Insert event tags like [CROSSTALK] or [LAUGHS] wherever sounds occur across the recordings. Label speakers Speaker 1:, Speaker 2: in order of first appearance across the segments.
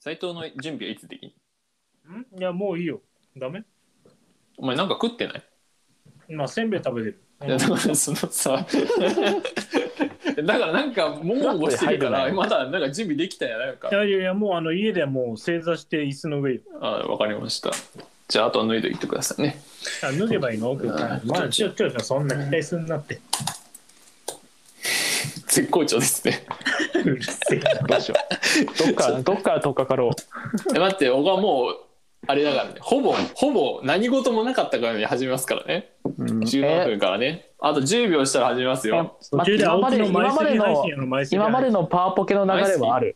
Speaker 1: 斎藤の準備はいつできん
Speaker 2: いや、もういいよ。ダメ
Speaker 1: お前なんか食ってない、
Speaker 2: 今、せんべい食べてる。
Speaker 1: いやだから [LAUGHS] そのさだからなんかもごもごしてるか
Speaker 3: 入
Speaker 1: ら
Speaker 3: るね
Speaker 1: まだなんか準備できたんやないのか
Speaker 2: いやいやいや、もうあの家でもう正座して椅子の上よ。
Speaker 1: あわかりましたじゃああとは脱いでいってくださいね
Speaker 2: あ脱げばいいの奥
Speaker 1: あ
Speaker 2: まあ、ちょ、ちょ、ちょ、そんな期待すんな
Speaker 3: [LAUGHS]
Speaker 2: って。
Speaker 1: 絶好調ですね [LAUGHS]
Speaker 2: うるせえな。
Speaker 3: どう [LAUGHS] しよう。どっから、どっからとっかかろう。
Speaker 1: え待って僕はもうあれだからねほぼほぼ何事もなかったかのように始めますからね
Speaker 3: うん
Speaker 1: 17分からね、あと10秒したら始めます
Speaker 3: え
Speaker 1: よ
Speaker 2: 途
Speaker 3: 待っ
Speaker 2: 中
Speaker 3: て
Speaker 2: で
Speaker 3: 今
Speaker 2: 青
Speaker 3: ま
Speaker 2: 木
Speaker 3: で
Speaker 2: の前
Speaker 3: 今ますで
Speaker 2: り配
Speaker 3: の
Speaker 2: 信やの前すり
Speaker 3: 今までのパワポケの流れはある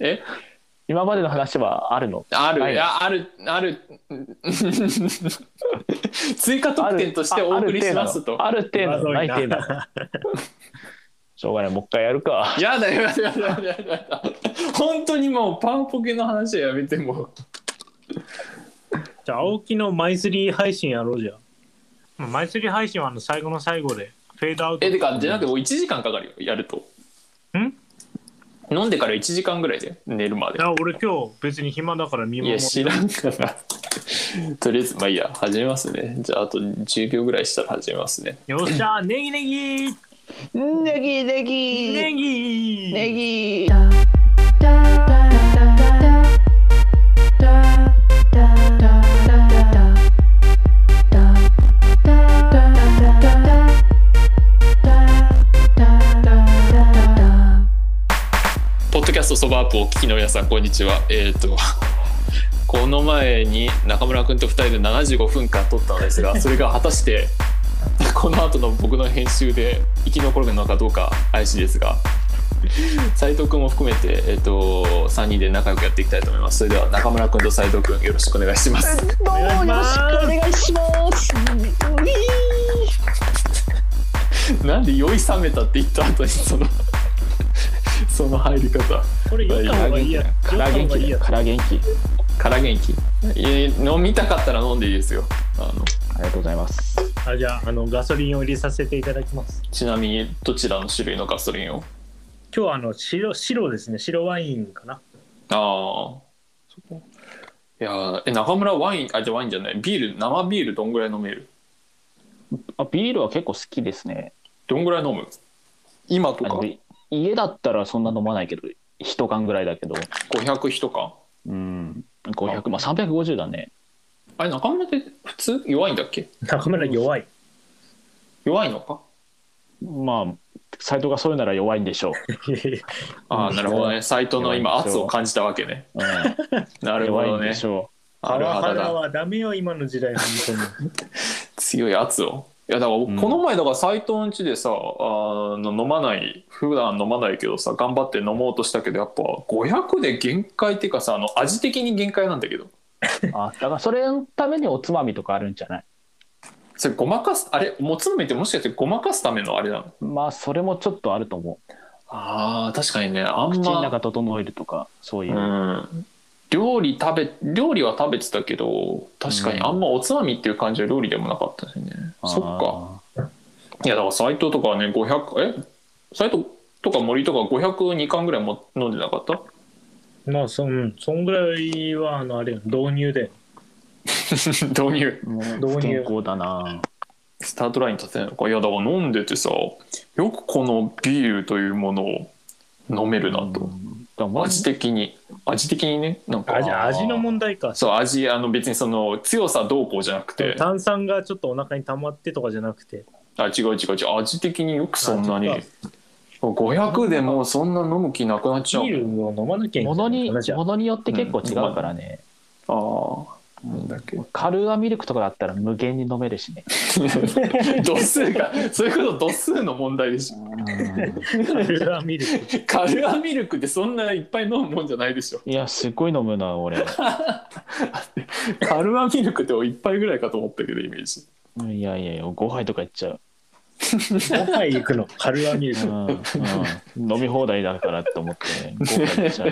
Speaker 1: え
Speaker 3: 今までの話はあるの
Speaker 1: ある、
Speaker 3: はい
Speaker 1: い、やあるある [LAUGHS] 追加
Speaker 3: あ
Speaker 1: 特
Speaker 3: る
Speaker 1: 典としてお送りしますと
Speaker 3: ある程度ない程
Speaker 2: 程
Speaker 3: 度
Speaker 2: 度。
Speaker 3: しょうがないもう一回やるか
Speaker 1: やだやだやだやだやだ本当にもうパンポケの話はやめても
Speaker 2: じゃあ、青木のマイスリー配信やろうじゃん。まあマイスリー配信はあの最後の最後で、フェードアウト。
Speaker 1: えてかじゃなくてもう1時間かかるよやると
Speaker 2: ん
Speaker 1: 飲んでから1時間ぐらいで寝るまで
Speaker 2: あ俺今日別に暇だから見
Speaker 1: い
Speaker 2: 守
Speaker 1: や
Speaker 2: る。
Speaker 1: 知らんからとりあえずまあいいや始めますねじゃああと10秒ぐらいしたら始めますね
Speaker 2: よっしゃ、ネギネギ
Speaker 3: ネギネギ
Speaker 2: ネギ
Speaker 3: ギ
Speaker 1: ポッドキャストそばアップをお聞きの皆さんこんにちはえっ、と [LAUGHS] この前に中村君と2人で75分間撮ったのですがそれが果たして [LAUGHS] この後の僕の編集で生き残るのかどうか怪しいですが斉藤君も含めて、えー、と3人で仲良くやっていきたいと思いますそれでは中村君と斉藤君よろしくお願いします
Speaker 3: どうもよろしくお願いします
Speaker 1: なんで酔い冷めたって言った後にその [LAUGHS] その入り方
Speaker 2: これ言った方がいいや。酔った
Speaker 3: から
Speaker 2: 方
Speaker 3: 元
Speaker 2: がいい
Speaker 3: 気
Speaker 2: や。
Speaker 3: から元気
Speaker 1: から元気えー飲みたかったら飲んでいいですよあの
Speaker 3: ありがとうございます
Speaker 2: あじゃああのガソリンを入れさせていただきます。
Speaker 1: ちなみにどちらの種類のガソリンを
Speaker 2: 今日はあの白白ですね白ワインかな。 [LAUGHS]
Speaker 1: ああ。いやーえ中村ワインあじゃあワインじゃないビール生ビールどんぐらい飲める
Speaker 3: あビールは結構好きですね
Speaker 1: どんぐらい飲む今と
Speaker 3: あ
Speaker 1: か
Speaker 3: の家だったらそんな飲まないけど一缶ぐらいだけど
Speaker 1: 500日とか
Speaker 3: うん500まあ350だね
Speaker 1: あれ中村って普通弱いんだっけ
Speaker 2: 中村弱い。
Speaker 1: 弱いのか
Speaker 3: まあ斎藤がそういうなら弱いんでしょう
Speaker 1: ああ
Speaker 3: うん
Speaker 1: なるほどねサイトの今
Speaker 3: 弱いんでし
Speaker 1: 圧
Speaker 3: ょ
Speaker 1: を感じたわけね
Speaker 3: うん
Speaker 1: [LAUGHS] なるほ
Speaker 3: 弱い
Speaker 1: ど
Speaker 3: んで
Speaker 1: ね
Speaker 3: しょ
Speaker 1: ある
Speaker 2: 川
Speaker 1: はだ
Speaker 2: 原
Speaker 1: だ
Speaker 2: はダメよ今の時代本当に。
Speaker 1: 強い圧をいやだから僕
Speaker 3: うん
Speaker 1: この前だから斎藤ん家でさ、あの飲まない普段飲まないけどさ頑張って飲もうとしたけどやっぱ500で限界っていうかさあの味的に限界なんだけど
Speaker 3: うあだからそれのためにおつまみとかあるんじゃない
Speaker 1: それごまかすあれもつまみってもしかしてごまかすためのあれなの
Speaker 3: まあそれもちょっとあると思う
Speaker 1: あー確かにねあん
Speaker 3: 口の
Speaker 1: ま
Speaker 3: 中整えるとかそういうう、
Speaker 1: ん料理食べ料理は食べてたけど確かに
Speaker 3: うん
Speaker 1: あんまおつまみっていう感じは料理でもなかったですね、
Speaker 3: あー
Speaker 1: そっかいやだから斎藤とかはね500え斎藤とか森とか502巻ぐらいも飲んでなかった [LAUGHS]
Speaker 2: [LAUGHS] まあそんそんぐらいはあのあれよ導入で。
Speaker 1: 導入
Speaker 3: も
Speaker 2: 導入
Speaker 3: う不健康だな
Speaker 1: スタートラインに立てないのかいやだから飲んでてさよくこのビールというものを飲めるな
Speaker 3: う
Speaker 1: と、
Speaker 3: んだからま
Speaker 1: 味的に味的にねなんか
Speaker 2: 味
Speaker 3: あー
Speaker 2: 味の問題か。
Speaker 1: そう味あの別にその強さどうこうじゃなくて
Speaker 2: 炭酸がちょっとお腹に溜まってとかじゃなくて。
Speaker 1: あ違う違う違う味的によくそんなに
Speaker 2: あ違う
Speaker 1: 500でもうそんな飲む気なくなっち
Speaker 2: ビ
Speaker 1: ゃう
Speaker 2: ールを飲まなきゃいけない
Speaker 3: 物に
Speaker 2: 話や。
Speaker 3: 物によって結構違うからね、
Speaker 1: ああなんだっけ
Speaker 3: カルーアミルクとかだったら無限に飲めるしね、
Speaker 1: [LAUGHS] 度数がそういうこと度数の問題でしょ
Speaker 2: それは見る。
Speaker 1: カルアミルクってそんないっぱい飲むもんじゃないでしょ
Speaker 3: いやすごい飲むな俺
Speaker 1: カルアミルクっていっぱいぐらいかと思ったけどイメージ
Speaker 3: いやいやいや5杯とかいっちゃう、
Speaker 2: 5杯行
Speaker 3: [LAUGHS]
Speaker 2: くの。カルアミル
Speaker 3: う
Speaker 2: ク。
Speaker 3: んうん飲み放題だからって思って、ね、5杯いっちゃ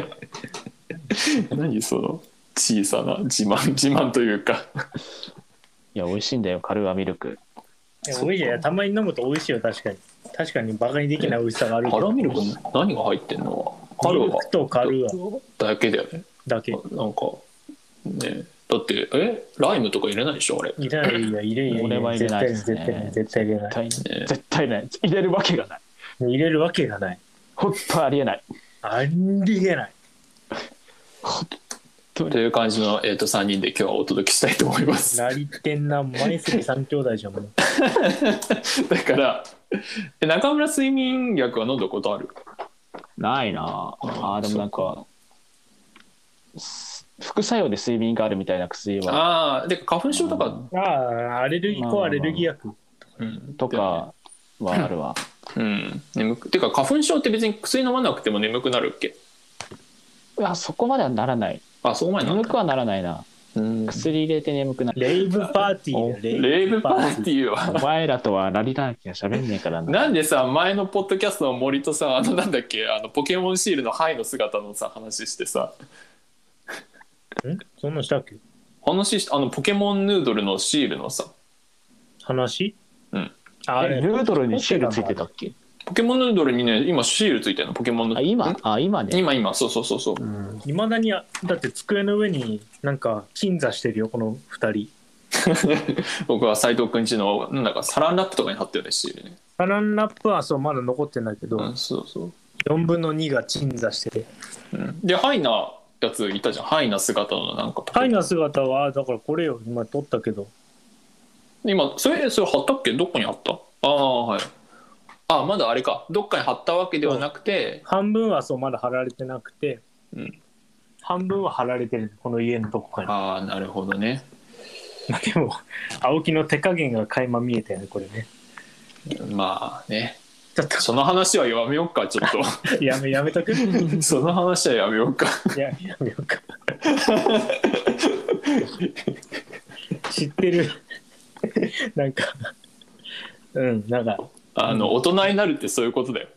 Speaker 3: う
Speaker 1: 何その小さな自慢自慢というか
Speaker 3: いや美味しいんだよカルーアミルク
Speaker 2: いや美味しいいやたまに飲むと美味しいよ確かに確かにバカにできない美味しさがあるけ
Speaker 1: カル
Speaker 2: ど
Speaker 1: アミルク何が入ってんのカル
Speaker 2: ミル
Speaker 1: は
Speaker 2: クとカルア
Speaker 1: だけだよね
Speaker 2: だけ。
Speaker 1: なんかねだってえライムとか入れないでしょあれ
Speaker 2: いらないいや、入れんよ。
Speaker 3: 俺は入れないですね
Speaker 2: 絶対入れない絶対入れない。
Speaker 3: 対絶対ない入れるわけがない
Speaker 2: 入れるわけがない。
Speaker 3: 本当ありえない
Speaker 2: ありえない。
Speaker 1: という感じの、えー、と3人で今日はお届けしたいと思います
Speaker 2: なりてんな、マイスリ三兄弟じゃん。もう
Speaker 1: だからえ中村睡眠薬は飲んだことある
Speaker 3: ないなああでもなんかす副作用で睡眠があるみたいな薬は
Speaker 1: ああで花粉症とか、
Speaker 2: ああ、アレルギー、抗アレルギー薬。
Speaker 1: うん
Speaker 3: とかはあるわ
Speaker 1: うん眠くてか花粉症って別に薬飲まなくても眠くなるっけ
Speaker 3: いやそこまではならない
Speaker 1: あそこまでなん
Speaker 3: 眠
Speaker 1: だ
Speaker 3: くはならないな
Speaker 1: うん
Speaker 3: 薬入れて眠くなる
Speaker 2: レイブパーティーだ。
Speaker 1: レイブパーテ
Speaker 2: ィ
Speaker 1: ィー
Speaker 2: ー。
Speaker 3: お
Speaker 1: は
Speaker 3: 前らとはなりたなきゃ喋んねえからな
Speaker 1: なんでさ前のポッドキャストの森とさあのなんだっけあのポケモンシールのハイの姿のさ話してさ
Speaker 2: んそんなんしたっけ
Speaker 1: 話しあのポケモンヌードルのシールのさ
Speaker 2: 話
Speaker 1: うん。
Speaker 2: あ
Speaker 3: え
Speaker 2: れ、
Speaker 3: ヌードルにシールついてたっけ
Speaker 1: ポケモンヌードルにね今シールついてるのポケモンの
Speaker 3: あ今
Speaker 1: ん
Speaker 3: あ今ね
Speaker 1: 今今そうそうそう
Speaker 3: [LAUGHS]
Speaker 1: そう
Speaker 2: いまだにあだって机の上になんか鎮座してるよこの2人
Speaker 1: 僕は斎藤くんちのなんだかサランラップとかに貼ってるねシールね、
Speaker 2: サランラップはそうまだ残ってないけど、
Speaker 1: うん、そうそう、
Speaker 2: 4分の2が鎮座してて
Speaker 1: うん、でハイなやついたじゃんハイな姿のなんか
Speaker 2: タイの姿はだからこれを今撮ったけど
Speaker 1: 今それそれ貼ったっけどこに貼ったああはいあまだあれかどっかに貼ったわけではなくて
Speaker 2: 半分はそうまだ貼られてなくて、
Speaker 1: うん
Speaker 2: 半分は貼られてるこの家のとこか
Speaker 1: ああなるほどね
Speaker 2: らでも青木の手加減が垣間見えたよねこれね
Speaker 1: まあね
Speaker 2: ちょっと
Speaker 1: その話はやめようかちょっと
Speaker 2: やめや
Speaker 1: [LAUGHS]
Speaker 2: めとくい
Speaker 1: その話はやめようか
Speaker 2: ややめようか知ってるなんかうんなんか
Speaker 1: あの大人になるってそういうことだよ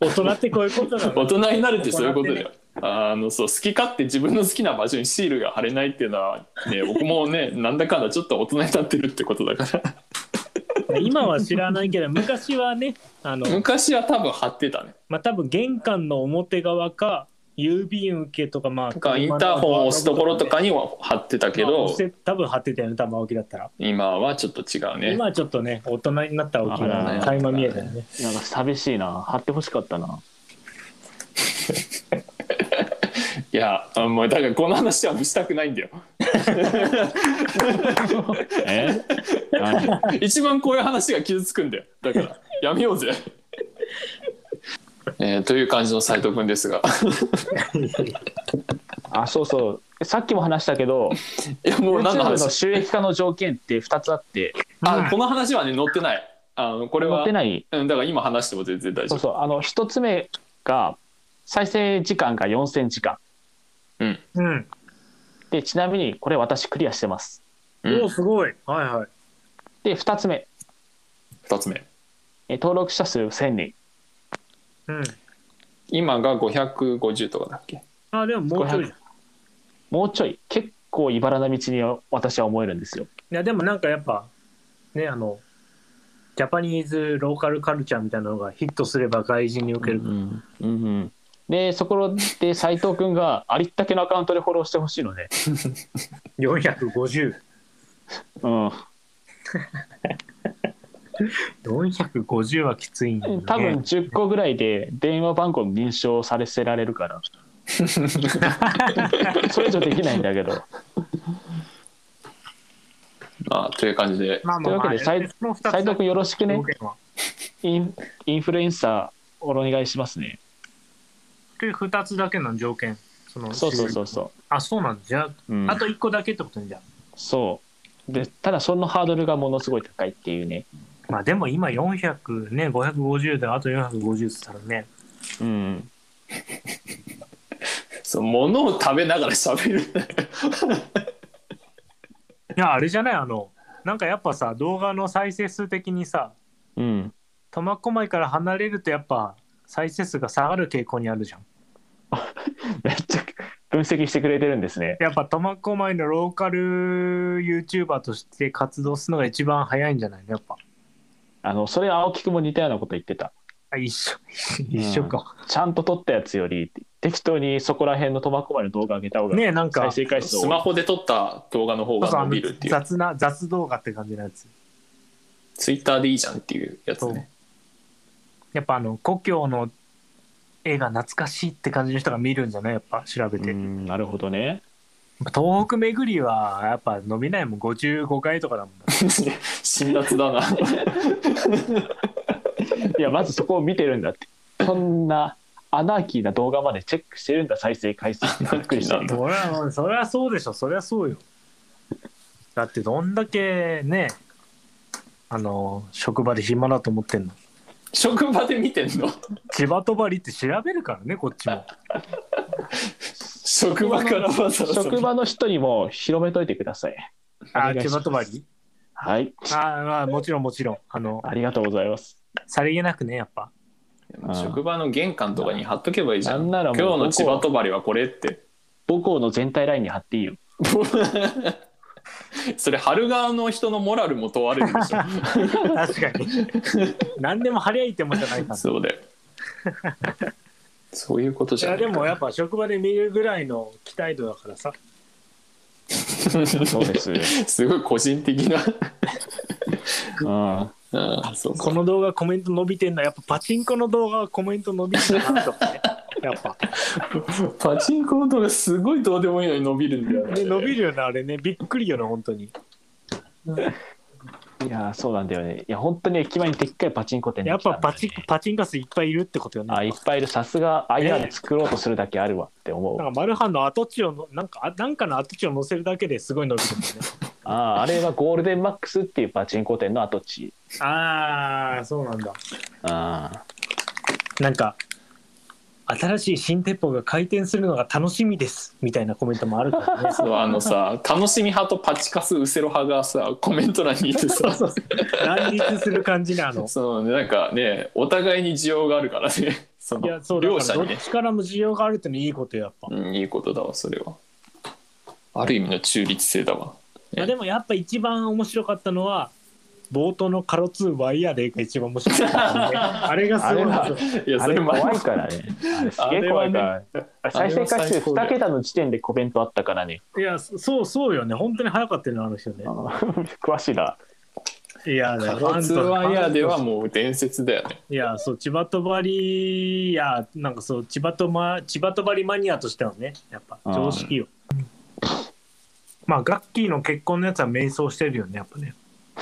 Speaker 2: 大人ってこういうことなの
Speaker 1: 大人になるってそういうことだ
Speaker 2: 大
Speaker 1: よ
Speaker 2: 人
Speaker 1: あのそう好き勝手自分の好きな場所にシールが貼れないっていうのは、ね、僕もねなんだかんだちょっと大人になってるってことだから
Speaker 2: ってね今は知らないけど昔はねあの
Speaker 1: 昔は多分貼ってたね
Speaker 2: まあ多分玄関の表側か郵便受けとかまあ
Speaker 1: なんかインターホンを押すところとかには貼ってたけ
Speaker 2: まあ
Speaker 1: ど
Speaker 2: 押せ多分貼ってたよね多分青木だったら、
Speaker 1: 今はちょっと違うね
Speaker 2: 今はちょっとね大人になった青木
Speaker 3: あら
Speaker 2: が
Speaker 3: ね
Speaker 2: 垣間見えたよね
Speaker 3: なんか寂しいな貼ってほしかったない
Speaker 1: やあもうだからこの話はしたくないんだよ
Speaker 3: え何
Speaker 1: 一番こういう話が傷つくんだよだ
Speaker 3: [LAUGHS]
Speaker 1: からやめようぜえーという感じの斉藤君ですが [LAUGHS]
Speaker 3: あそうそうさっきも話したけど
Speaker 1: いやもう何の
Speaker 3: YouTube の
Speaker 1: 話
Speaker 3: 収益化の条件って2つあって
Speaker 1: あこの話はね載ってないあのこれは
Speaker 3: 載ってない
Speaker 1: うん、だから今話しても全然大丈
Speaker 3: そう
Speaker 1: 夫。
Speaker 3: そうあの1つ目が再生時間が4000時間
Speaker 2: うん、
Speaker 3: でちなみにこれ私クリアしてます
Speaker 2: おおすごいはいはい
Speaker 3: で2つ目
Speaker 1: 2つ目。
Speaker 3: え登録者数1000人
Speaker 2: うん
Speaker 1: 今が550とかだっけ
Speaker 2: あでももうちょいい
Speaker 3: もうちょい結構茨な道に私は思えるんですよ
Speaker 2: やでもなんかやっぱねあのジャパニーズローカルカルチャーみたいなのがヒットすれば外人に受ける、
Speaker 3: うんうんでそこで斎藤君がありったけのアカウントでフォローしてほしいので、
Speaker 2: 450
Speaker 3: うん、
Speaker 2: 450はきついんだよね
Speaker 3: 多分10個ぐらいで電話番号の認証されせられるからそれ以上できないんだけ [LAUGHS] ど
Speaker 1: [LAUGHS] まあ、という感じで。
Speaker 2: まあまあまあ、
Speaker 3: というわけで斉
Speaker 2: その二つ
Speaker 3: 斎藤君よろしく [LAUGHS] ね
Speaker 2: 条件は
Speaker 3: インインフルエンサーお願いしますね
Speaker 2: という2つだけの条件。その
Speaker 3: そうそうそうそ
Speaker 2: あ、そうなんだ。じゃあ、
Speaker 3: う、うん
Speaker 2: あと1個だけってことね、じゃ
Speaker 3: そうでただそのハードルがものすごい高いっていうね
Speaker 2: あ。まあでも今400ね、550であと450っつったらね。
Speaker 3: うん
Speaker 1: そう物を食べながら喋る。
Speaker 2: いや、あれじゃない、あの、なんかやっぱさ、動画の再生数的にさ、
Speaker 3: うん
Speaker 2: 苫小牧から離れるとやっぱ再生数が下がる傾向にあるじゃん。
Speaker 3: めっちゃ分析してくれてるんですね
Speaker 2: やっぱ苫小牧のローカル YouTuber として活動するのが一番早いんじゃないのやっぱ。
Speaker 3: あのそれ青木君も似たようなこと言ってた
Speaker 2: あ一緒一緒か、
Speaker 3: ちゃんと撮ったやつより適当にそこら辺の苫小牧の動画上げた方が
Speaker 2: ねえなんか
Speaker 3: 再生回数
Speaker 1: スマホで撮った動画の方
Speaker 2: そう
Speaker 1: が
Speaker 2: そうあ
Speaker 1: 伸
Speaker 2: の
Speaker 1: びるっていう
Speaker 2: 雑な雑動画って感じのやつ
Speaker 1: ツイッターでいいじゃんっていうやつね
Speaker 2: やっぱあの故郷の絵が懐かしいって感じの人が見るんじゃないやっぱ調べて、
Speaker 3: うんなるほどね
Speaker 2: 東北巡りはやっぱ伸びないもん55回とかだもん
Speaker 1: 辛辣だない
Speaker 3: やまずそこを見てるんだってそんなアナーキーな動画までチェックしてるんだ再生回数びっくりした
Speaker 1: アナーキーな
Speaker 2: [LAUGHS] そりゃそりゃそうでしょそりゃそうよだってどんだけねあの職場で暇だと思ってんの
Speaker 1: 職場で見てんの
Speaker 2: 千葉とばりって調べるからねこっちも
Speaker 1: 職場からわざわざ
Speaker 3: 職場の人にも広めといてください
Speaker 2: あ
Speaker 3: お願いし
Speaker 2: 千
Speaker 3: ます
Speaker 2: 葉とばり
Speaker 3: はい
Speaker 2: あまあもちろんもちろんあの
Speaker 3: ありがとうございます
Speaker 2: さりげなくねやっぱ
Speaker 3: うん
Speaker 1: 職場の玄関とかに貼っとけばいいじゃ
Speaker 3: なん
Speaker 1: ん
Speaker 3: なら
Speaker 1: 今
Speaker 3: もう
Speaker 1: 日の千葉とばりはこれって
Speaker 3: [LAUGHS] 母校の全体ラインに貼っていいよ
Speaker 1: それ春側の人のモラルも問われるでしょ
Speaker 2: 確か
Speaker 3: [LAUGHS]
Speaker 2: に何でも張り合いてもじゃないから
Speaker 1: そうだよそういうこと
Speaker 2: い
Speaker 1: じゃな
Speaker 2: や
Speaker 1: い
Speaker 2: でもやっぱ職場で見るぐらいの期待度だからさ
Speaker 3: そうです、
Speaker 1: すごい個人的な [LAUGHS]
Speaker 3: うん、
Speaker 1: うんそう
Speaker 2: こ
Speaker 1: か
Speaker 2: の動画コメント伸びてんだやっぱパチンコの動画はコメント伸びてんだなと [LAUGHS] かねやっぱ
Speaker 1: パチンコの動画すごいどうでもいいのに伸びるんだよね
Speaker 2: ね伸びるよなあれねびっくりよな本当に
Speaker 3: いやーそうなんだよねいや本当に駅前にでっかいパチンコ店で
Speaker 2: やっ
Speaker 3: きた
Speaker 2: ぱ
Speaker 3: んだ
Speaker 2: パ
Speaker 3: よね
Speaker 2: チパチンガスいっぱいいるってことよね
Speaker 3: あいっぱいいるさすが IR 作ろうとするだけあるわって思う、
Speaker 2: なんかマルハンの跡地をのなんかあなんかの跡地を載せるだけですごい伸びてるもんね
Speaker 3: あああれはゴールデンマックスっていうパチンコ店の跡地
Speaker 2: ああそうなんだ
Speaker 3: あ
Speaker 2: なんか新しい新店舗が開店するのが楽しみですみたいなコメントもある [LAUGHS] からね
Speaker 1: そうあのさ [LAUGHS] 楽しみ派とパチカスうせろ派がさコメント欄にいてさ
Speaker 2: 乱立する感じねあの
Speaker 1: [LAUGHS] そうねなんかねお互いに需要があるからね [LAUGHS] そ
Speaker 2: い
Speaker 1: の
Speaker 2: やそうだ
Speaker 1: 両
Speaker 2: か
Speaker 1: 者
Speaker 2: ら
Speaker 1: に
Speaker 2: どっ
Speaker 1: ね、
Speaker 2: ちからも需要があるってのいいことよやっぱ、
Speaker 1: うん、いいことだわそれはある意味の中立性だわ
Speaker 2: まあ、でもやっぱ一番面白かったのは冒頭のカロツーワイヤーレイが一番面白かった、
Speaker 1: [LAUGHS]
Speaker 2: ね、あれがすごい面白い
Speaker 1: いや
Speaker 3: あ
Speaker 1: そ
Speaker 3: れ
Speaker 1: れ
Speaker 3: 怖
Speaker 1: 前
Speaker 3: いからねあれすげえ怖いから、
Speaker 1: あれはね
Speaker 3: 再生回数
Speaker 1: あれは最高だ
Speaker 3: 2
Speaker 1: よ
Speaker 3: 桁の時点でコメントあったからね
Speaker 2: いやそうそうよね本当に早かったよねあの人ね
Speaker 3: あの詳しいない [LAUGHS]
Speaker 2: や
Speaker 1: カロツワイヤーではもう伝説だよね。
Speaker 2: いやそう千葉とばりいやなんかそう千葉とま千葉とばりマニアとしてはねやっぱ常識よ、まあガッキーの結婚のやつは迷走してるよねやっぱね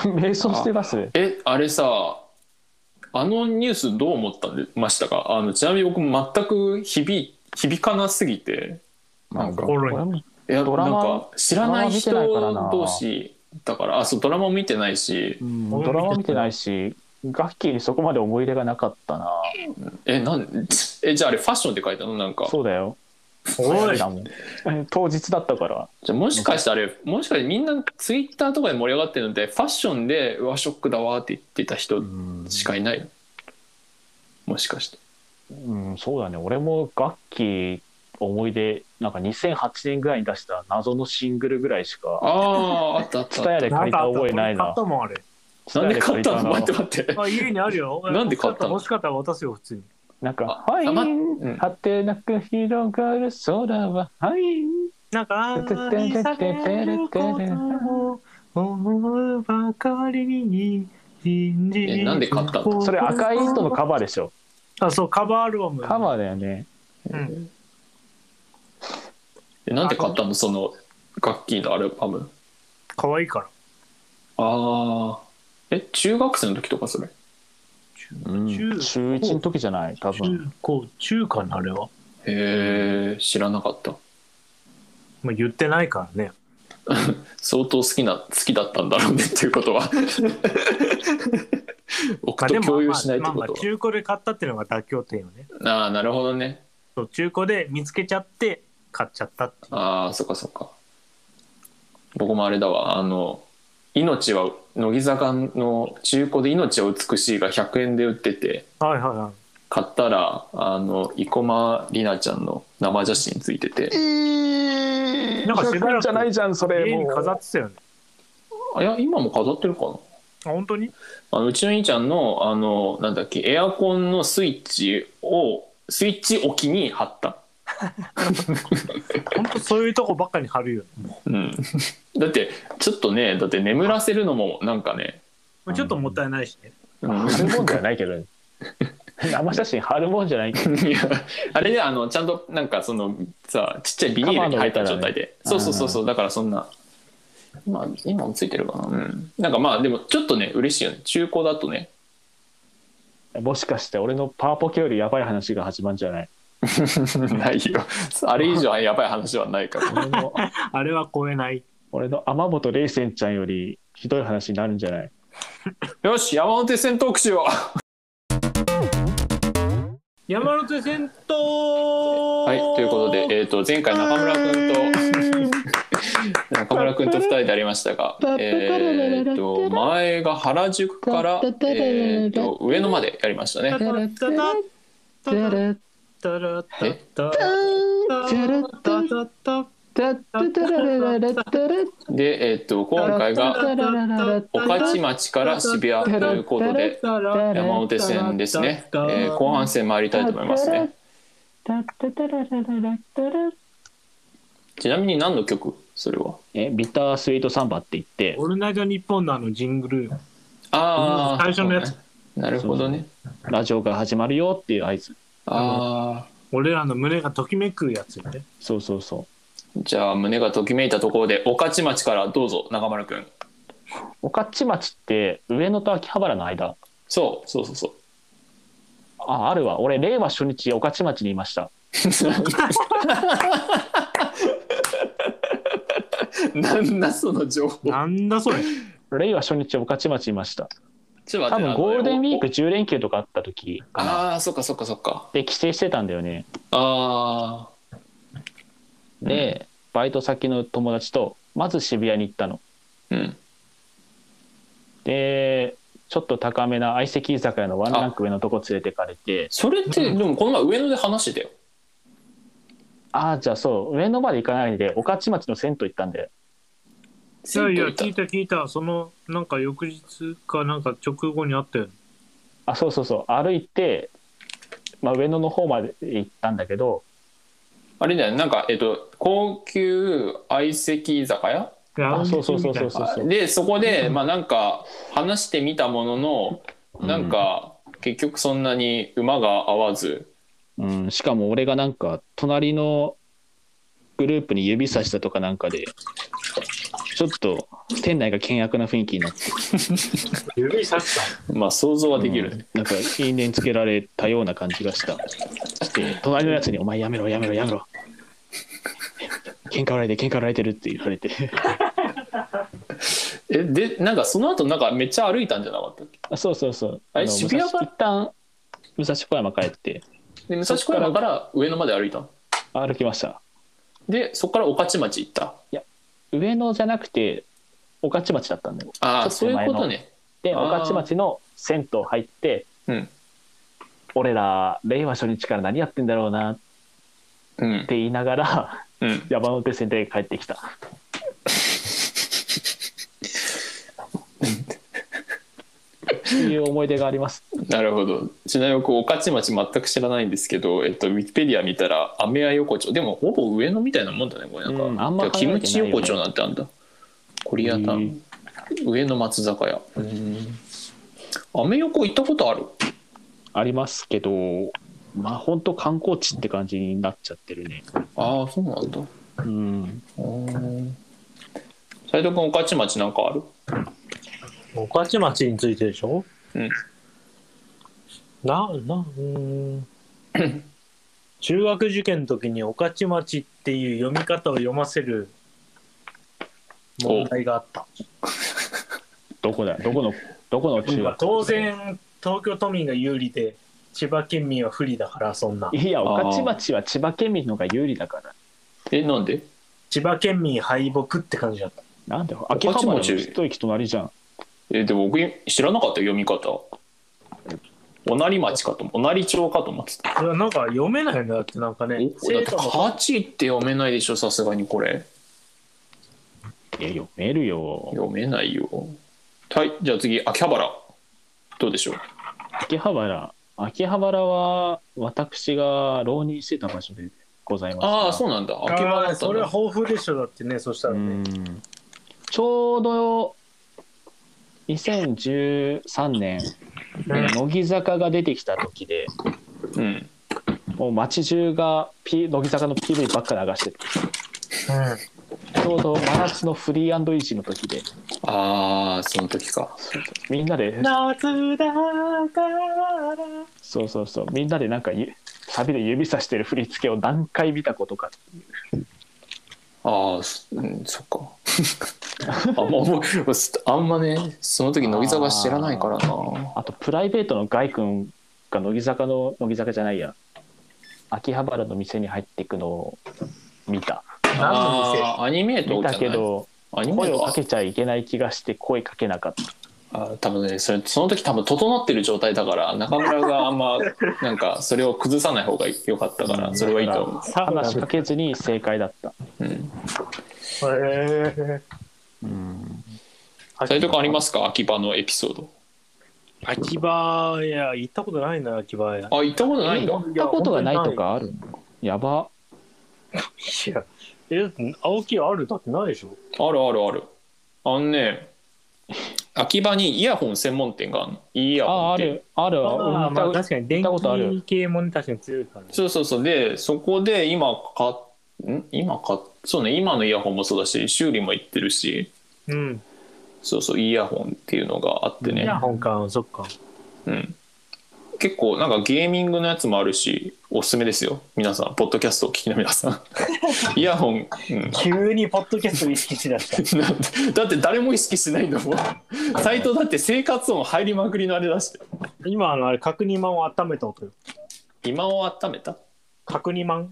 Speaker 3: 瞑想してます
Speaker 1: え、あれさ、あのニュースどう思ったんでましたかあのちなみに僕全く響響かなすぎて、なんか
Speaker 2: 心に
Speaker 3: 俺も
Speaker 1: いや
Speaker 3: ドラマ
Speaker 1: なんか知らない人
Speaker 3: ドラマ見てないからな
Speaker 1: 同士だから、あ、そう、ドラマも見てないし
Speaker 3: う、んドラマ見てないしガッキーにそこまで思い出がなかったな
Speaker 1: え、なん、え、じゃああれファッションって書いたのなんか。
Speaker 3: そうだよ
Speaker 2: おい
Speaker 3: だもん当日だったから
Speaker 1: じゃあもしかしてあれ、もしかしてみんなツイッターとかで盛り上がってるので、ファッションで、うわ、ショックだわーって言ってた人しかいない、もしかして。
Speaker 3: うん、そうだね俺も楽器思い出なんか2008年ぐらいに出した謎のシングルぐらいしか
Speaker 1: ああー、あった
Speaker 3: [LAUGHS]
Speaker 1: あっ
Speaker 3: 蔦
Speaker 1: たあっ
Speaker 3: 屋で借りた覚えない
Speaker 2: 買
Speaker 3: な
Speaker 2: ったもんあれ
Speaker 1: た。なんで買ったの待って
Speaker 3: な
Speaker 1: 待って。
Speaker 2: あ家にあるよ
Speaker 1: [LAUGHS] なんで買ったの
Speaker 2: 欲しかったら渡すよ普通に
Speaker 3: なん [LAUGHS] か「
Speaker 1: あ
Speaker 3: はい」
Speaker 1: 黙っうん
Speaker 3: 果てなく広がる空は「はい
Speaker 2: なんか愛されることを思うばかりに信じ
Speaker 1: えなんで買ったの」
Speaker 3: それ赤い糸のカバーでしょ
Speaker 2: あそうカバーアルバム
Speaker 3: カバーだよね
Speaker 2: うん
Speaker 1: えなんで買ったのその楽器のアルバム。
Speaker 2: 可愛いから
Speaker 1: ああ。え、中学生の時とかそれ。
Speaker 3: うん
Speaker 2: 中
Speaker 3: 中1の時じゃない多分
Speaker 2: 中高中華のあれは、
Speaker 1: へえ、知らなかった。
Speaker 2: まあ、言ってないからね
Speaker 1: 相当好きな、好きだったんだろうねっていうこと
Speaker 2: [LAUGHS]
Speaker 1: は。
Speaker 2: ま
Speaker 1: 僕
Speaker 2: あ
Speaker 1: と
Speaker 2: でも
Speaker 1: 共有しないって
Speaker 2: まあま
Speaker 1: こ
Speaker 2: あ
Speaker 1: と
Speaker 2: まあ中古で買ったっていうのが妥協点よね
Speaker 1: は。ああー、なるほどね。
Speaker 2: そう中古で見つけちゃって買っちゃったっていう
Speaker 1: ああ、そっかそっか。僕もあれだわ。あの、命は、乃木坂の中古で命は美しいが100円で売ってて、
Speaker 2: はいはいはい
Speaker 1: 買ったら、あの、生駒里奈ちゃんの生写真ついてて、
Speaker 2: なんかしばらく
Speaker 3: じゃないじゃんそれ
Speaker 2: 家に
Speaker 3: も
Speaker 2: [LAUGHS] 飾
Speaker 3: う
Speaker 2: ってたよね
Speaker 1: あいや、今も飾ってるか
Speaker 2: あ本当に
Speaker 1: あのうちの兄ちゃんのあのなんだっけエアコンのスイッチをスイッチ置きに貼った、
Speaker 2: 本当そういうとこばっかに貼るよね
Speaker 1: うん、 [LAUGHS] だってちょっとねだって眠らせるのもなんかね、
Speaker 2: まあちょっともったいないしね
Speaker 1: うん、
Speaker 3: 貼るもんじゃないけどね生写真貼るもんじゃないけ
Speaker 1: [LAUGHS]
Speaker 3: ど
Speaker 1: いやあれであのちゃんとなんかそのさちっちゃいビニールに入った状態で、
Speaker 3: カ
Speaker 1: そう
Speaker 3: バーの上からね
Speaker 1: そうそうそうだからそんな今今もついてるかなうんなんかまあでもちょっとね嬉しいよね中古だとね
Speaker 3: もしかして俺のパワポケよりやばい話が始まるんじゃない
Speaker 1: [LAUGHS] ないよ [LAUGHS] あれ以上やばい話はないから [LAUGHS]
Speaker 3: 俺の
Speaker 2: あれは超えない
Speaker 3: 俺の天本レイセンちゃんよりひどい話になるんじゃない
Speaker 1: よし山手線トークしよ
Speaker 2: 山手線と
Speaker 1: うはいということで、えー、と前回中村君と [LAUGHS] 中村君と2人でありましたが、えー、と前が原宿から、えー、と上野までやりましたねで、えー、と今回が御徒町から渋谷ということで山手線ですね、えー後半戦参りたいと思いますねちなみに何の曲それは
Speaker 3: えビタースイートサンバって言って
Speaker 2: オールナイトニッポンのあのジングル
Speaker 1: ああ
Speaker 2: 最初のやつ
Speaker 1: なるほどね
Speaker 3: ラジオが始まるよっていう合図
Speaker 1: ああ
Speaker 2: 俺らの胸がときめくやつよね
Speaker 3: そうそうそ
Speaker 1: じゃあ胸がときめいたところで御徒町からどうぞ中丸くん
Speaker 3: う御徒町って上野と秋葉原の間
Speaker 1: そうそうそう
Speaker 3: [LAUGHS]
Speaker 1: そう
Speaker 3: ああるわ俺令和初日御徒町にいました
Speaker 1: なんだその情報
Speaker 2: なんだそれ
Speaker 3: 令和初日御徒町にいました
Speaker 1: ちょっと
Speaker 3: 多
Speaker 1: 待って
Speaker 3: 分ゴールデンウィーク10連休とかあった時かな
Speaker 1: ああーそっかそっかそっか
Speaker 3: で帰省してたんだよね
Speaker 1: あ
Speaker 3: でバイト先の友達とまず渋谷に行ったの
Speaker 1: あうん
Speaker 3: でちょっと高めな相席居酒屋のワンランク上のとこ連れてかれて
Speaker 1: それってでもこの前上野で話してたよ
Speaker 3: ああじゃあそう上野まで行かないで御徒町の銭湯行ったんで
Speaker 2: いや
Speaker 1: 銭
Speaker 2: いや
Speaker 1: 湯行った
Speaker 2: 聞いた聞いたそのなんか翌日かなんか直後にあったよね
Speaker 3: あそうそうそう歩いて、まあ、上野の方まで行ったんだけど
Speaker 1: あれだよねなんかえっと高級相席居酒屋
Speaker 3: あそうそうそうそうそうそう
Speaker 1: でそこでまあなんか話してみたもの
Speaker 3: う
Speaker 1: の
Speaker 3: ん
Speaker 1: なんか結局そんなに馬が合わず
Speaker 3: うん、しかも俺がなんか隣のグループに指さしたとかなんかでちょっと店内が険悪な雰囲気になって、
Speaker 2: 指さした
Speaker 1: まあ想像はできる、
Speaker 3: うんなんか因縁つけられたような感じがしたで隣のやつに「お前やめろやめろやめろ」喧嘩売られて喧嘩売られてるって言われて
Speaker 1: えでなんかその後なんかめっちゃ歩いたんじゃなかったっけ
Speaker 3: あそうそうそう
Speaker 1: あれ
Speaker 3: の
Speaker 1: 渋谷
Speaker 3: 武蔵一旦武蔵小山帰って
Speaker 1: で武蔵小山から上野まで歩いたの
Speaker 3: 歩きました
Speaker 1: でそこから御徒町行った
Speaker 3: 上野じゃなくて御徒町だったんだよ
Speaker 1: あ
Speaker 3: ちょ
Speaker 1: あ
Speaker 3: っと
Speaker 1: そういうことね
Speaker 3: で
Speaker 1: あ
Speaker 3: 御
Speaker 1: ー
Speaker 3: 徒町の銭湯入って
Speaker 1: うん
Speaker 3: 俺ら令和初日から何やってんだろうなっ
Speaker 1: うん
Speaker 3: て言いな
Speaker 1: [LAUGHS]
Speaker 3: がら
Speaker 1: うん
Speaker 3: 山手線で帰ってきたっていう思い出があります
Speaker 1: なるほどちなみに僕御徒町全く知らないんですけど、えっと、ウィキペディア見たら飴屋横丁でもほぼ上野みたいなもんだねこれなんか、
Speaker 3: うんあんま考え
Speaker 1: キ
Speaker 3: てないよね
Speaker 1: ムチ横丁なんてあんだコリアタウン、上野松坂屋アメ横行ったことある
Speaker 3: ありますけどまあ本当観光地って感じになっちゃってるね
Speaker 1: ああそうなんだ
Speaker 3: うん
Speaker 1: 斎藤君御徒町なんかある
Speaker 2: 御徒町についてでしょ
Speaker 1: うん
Speaker 2: ななうーん中学受験の時に御徒町っていう読み方を読ませる問題があった
Speaker 3: どこだどこのどこの中学
Speaker 2: 当然東京都民が有利で千葉県民は不利だからそんない
Speaker 3: や御徒町は千葉県民の方が有利だから
Speaker 1: えなんで
Speaker 2: 千葉県民敗北って感じだった
Speaker 3: なんだよ秋葉原の一駅隣じゃん
Speaker 1: えでも僕知らなかったよ読み方おなり町かとおなり町かと思ってた
Speaker 2: いやなんか読めないんだってなんかね
Speaker 1: おだって「カチ」って読めないでしょさすがにこれ
Speaker 3: いや読めるよ
Speaker 1: 読めないよはいじゃあ次秋葉原どうでしょう
Speaker 3: 秋葉原秋葉原は私が浪人してた場所でございます
Speaker 1: ああそううなんだ秋葉原だ
Speaker 2: あ
Speaker 1: っ
Speaker 2: あ
Speaker 1: たん
Speaker 2: それは
Speaker 1: だ
Speaker 2: 豊富でしょだってねそしたら
Speaker 3: う
Speaker 2: ね、
Speaker 3: んちょうど2013年
Speaker 2: うん
Speaker 3: 乃木坂が出てきた時で
Speaker 1: うん
Speaker 3: もう街中が、P、乃木坂の PV ばっか流しててちょうど真夏のフリーイージーの時で
Speaker 1: ああその時か
Speaker 3: みんなで
Speaker 2: 夏だから
Speaker 3: そうそうそうみんなでなんかゆサビで指さしてる振り付けを何回見たことか
Speaker 1: ああ、すうん、そっか。 [LAUGHS] あんま覚えあんまね、その時乃木坂知らないからな。
Speaker 3: あとプライベートのガイ君が乃木坂の乃木坂じゃないや秋葉原の店に入っていくのを見た
Speaker 2: 何の店
Speaker 1: あーアニメート
Speaker 3: 見
Speaker 1: じゃな
Speaker 3: た
Speaker 1: い
Speaker 3: けど
Speaker 1: アニメ
Speaker 3: 声
Speaker 1: ー
Speaker 3: を
Speaker 1: ト
Speaker 3: かけちゃいけない気がして声かけなかった
Speaker 1: あ多分ねそれその時多分整ってる状態だから中村があんまなんかそれを崩さない方が良かったからそれはいいと思う、
Speaker 2: サウナ
Speaker 3: 話しかけずに正解だった
Speaker 1: うん、
Speaker 2: へえ
Speaker 3: うん
Speaker 1: そういうとこありますか秋葉のエピソード
Speaker 2: 秋葉屋行ったことないな秋葉屋
Speaker 1: あ行ったことないんだ
Speaker 3: 行ったことがないとかあるやば
Speaker 2: いやえだって青木あるだってないでしょ
Speaker 1: あるあるあるあのね秋葉にイヤホン専門店があるのイヤ
Speaker 3: あ
Speaker 1: ホン
Speaker 3: あ
Speaker 1: っていう
Speaker 3: るある
Speaker 2: ああまあ確かに電
Speaker 3: 行ったことある
Speaker 2: 気系もね確かに強いからね
Speaker 1: そうそうそうでそこで今買っん今買っそうね今のイヤホンもそうだし修理も行ってるし
Speaker 2: うん
Speaker 1: そうそうイヤホンっていうのがあって
Speaker 2: イ
Speaker 1: ね
Speaker 2: ヤ、ホンかそっか
Speaker 1: うん、結構なんかゲーミングのやつもあるしおすすめですよ皆さんポッドキャストを聞きの皆さ
Speaker 3: [LAUGHS]
Speaker 1: んイヤホン、うん
Speaker 2: 急にポッドキャスト意識しだした
Speaker 1: だってだって誰も意識しないんだもん斎藤だって生活音入りまくりのあれだして
Speaker 2: [LAUGHS] 今あのあれ角煮まんを温めた音よ
Speaker 1: 今を温めた
Speaker 2: 角煮まん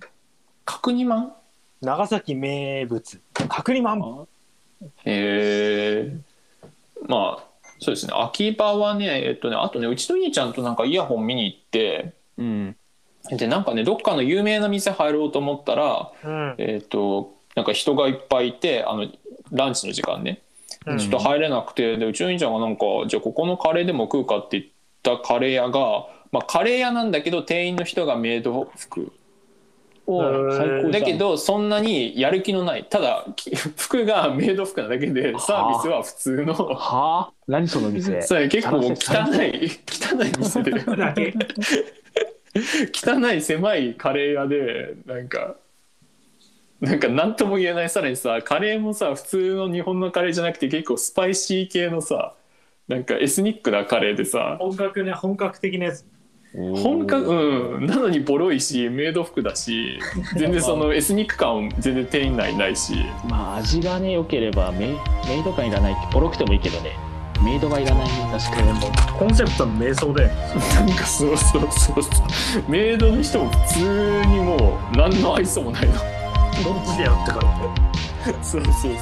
Speaker 1: 角煮まん
Speaker 2: 長崎名物角煮まん
Speaker 1: えー、まあそうですね秋葉はねえっとねあとねうちの兄ちゃんとなんかイヤホン見に行って
Speaker 3: うん
Speaker 1: でなんかねどっかの有名な店入ろうと思ったら
Speaker 2: うん
Speaker 1: えっとなんか人がいっぱいいてあのランチの時間ね
Speaker 2: うん
Speaker 1: ちょっと入れなくてでうちの兄ちゃんがなんかじゃあここのカレーでも食うかって言ったカレー屋が、まあ、カレー屋なんだけど店員の人がメイド服
Speaker 3: お
Speaker 2: うん
Speaker 3: ー最高じゃん
Speaker 1: だけどそんなにやる気のないただき [LAUGHS] 服がメイド服なだけでサービスは普通の
Speaker 3: はあ何その店
Speaker 1: それ結構汚
Speaker 3: さら
Speaker 1: い汚い店で
Speaker 2: だけ
Speaker 1: 汚い狭いカレー屋でなんかなんか何とも言えないさらにさカレーもさ普通の日本のカレーじゃなくて結構スパイシー系のさなんかエスニックなカレーでさ
Speaker 2: 本格ね本格的なやつ
Speaker 1: 本格うんなのにボロいしメイド服だし全然そのエスニック感全然店内ないし
Speaker 3: まあ味がね良ければメイメイド感いらないボロくてもいいけどねメイドはいらない確かに
Speaker 2: コンセプトの瞑想で
Speaker 1: なんかそうそうそうそうメイドの人も普通にもう何の愛想もないの
Speaker 2: どっちでやってから
Speaker 1: そうそうそうそう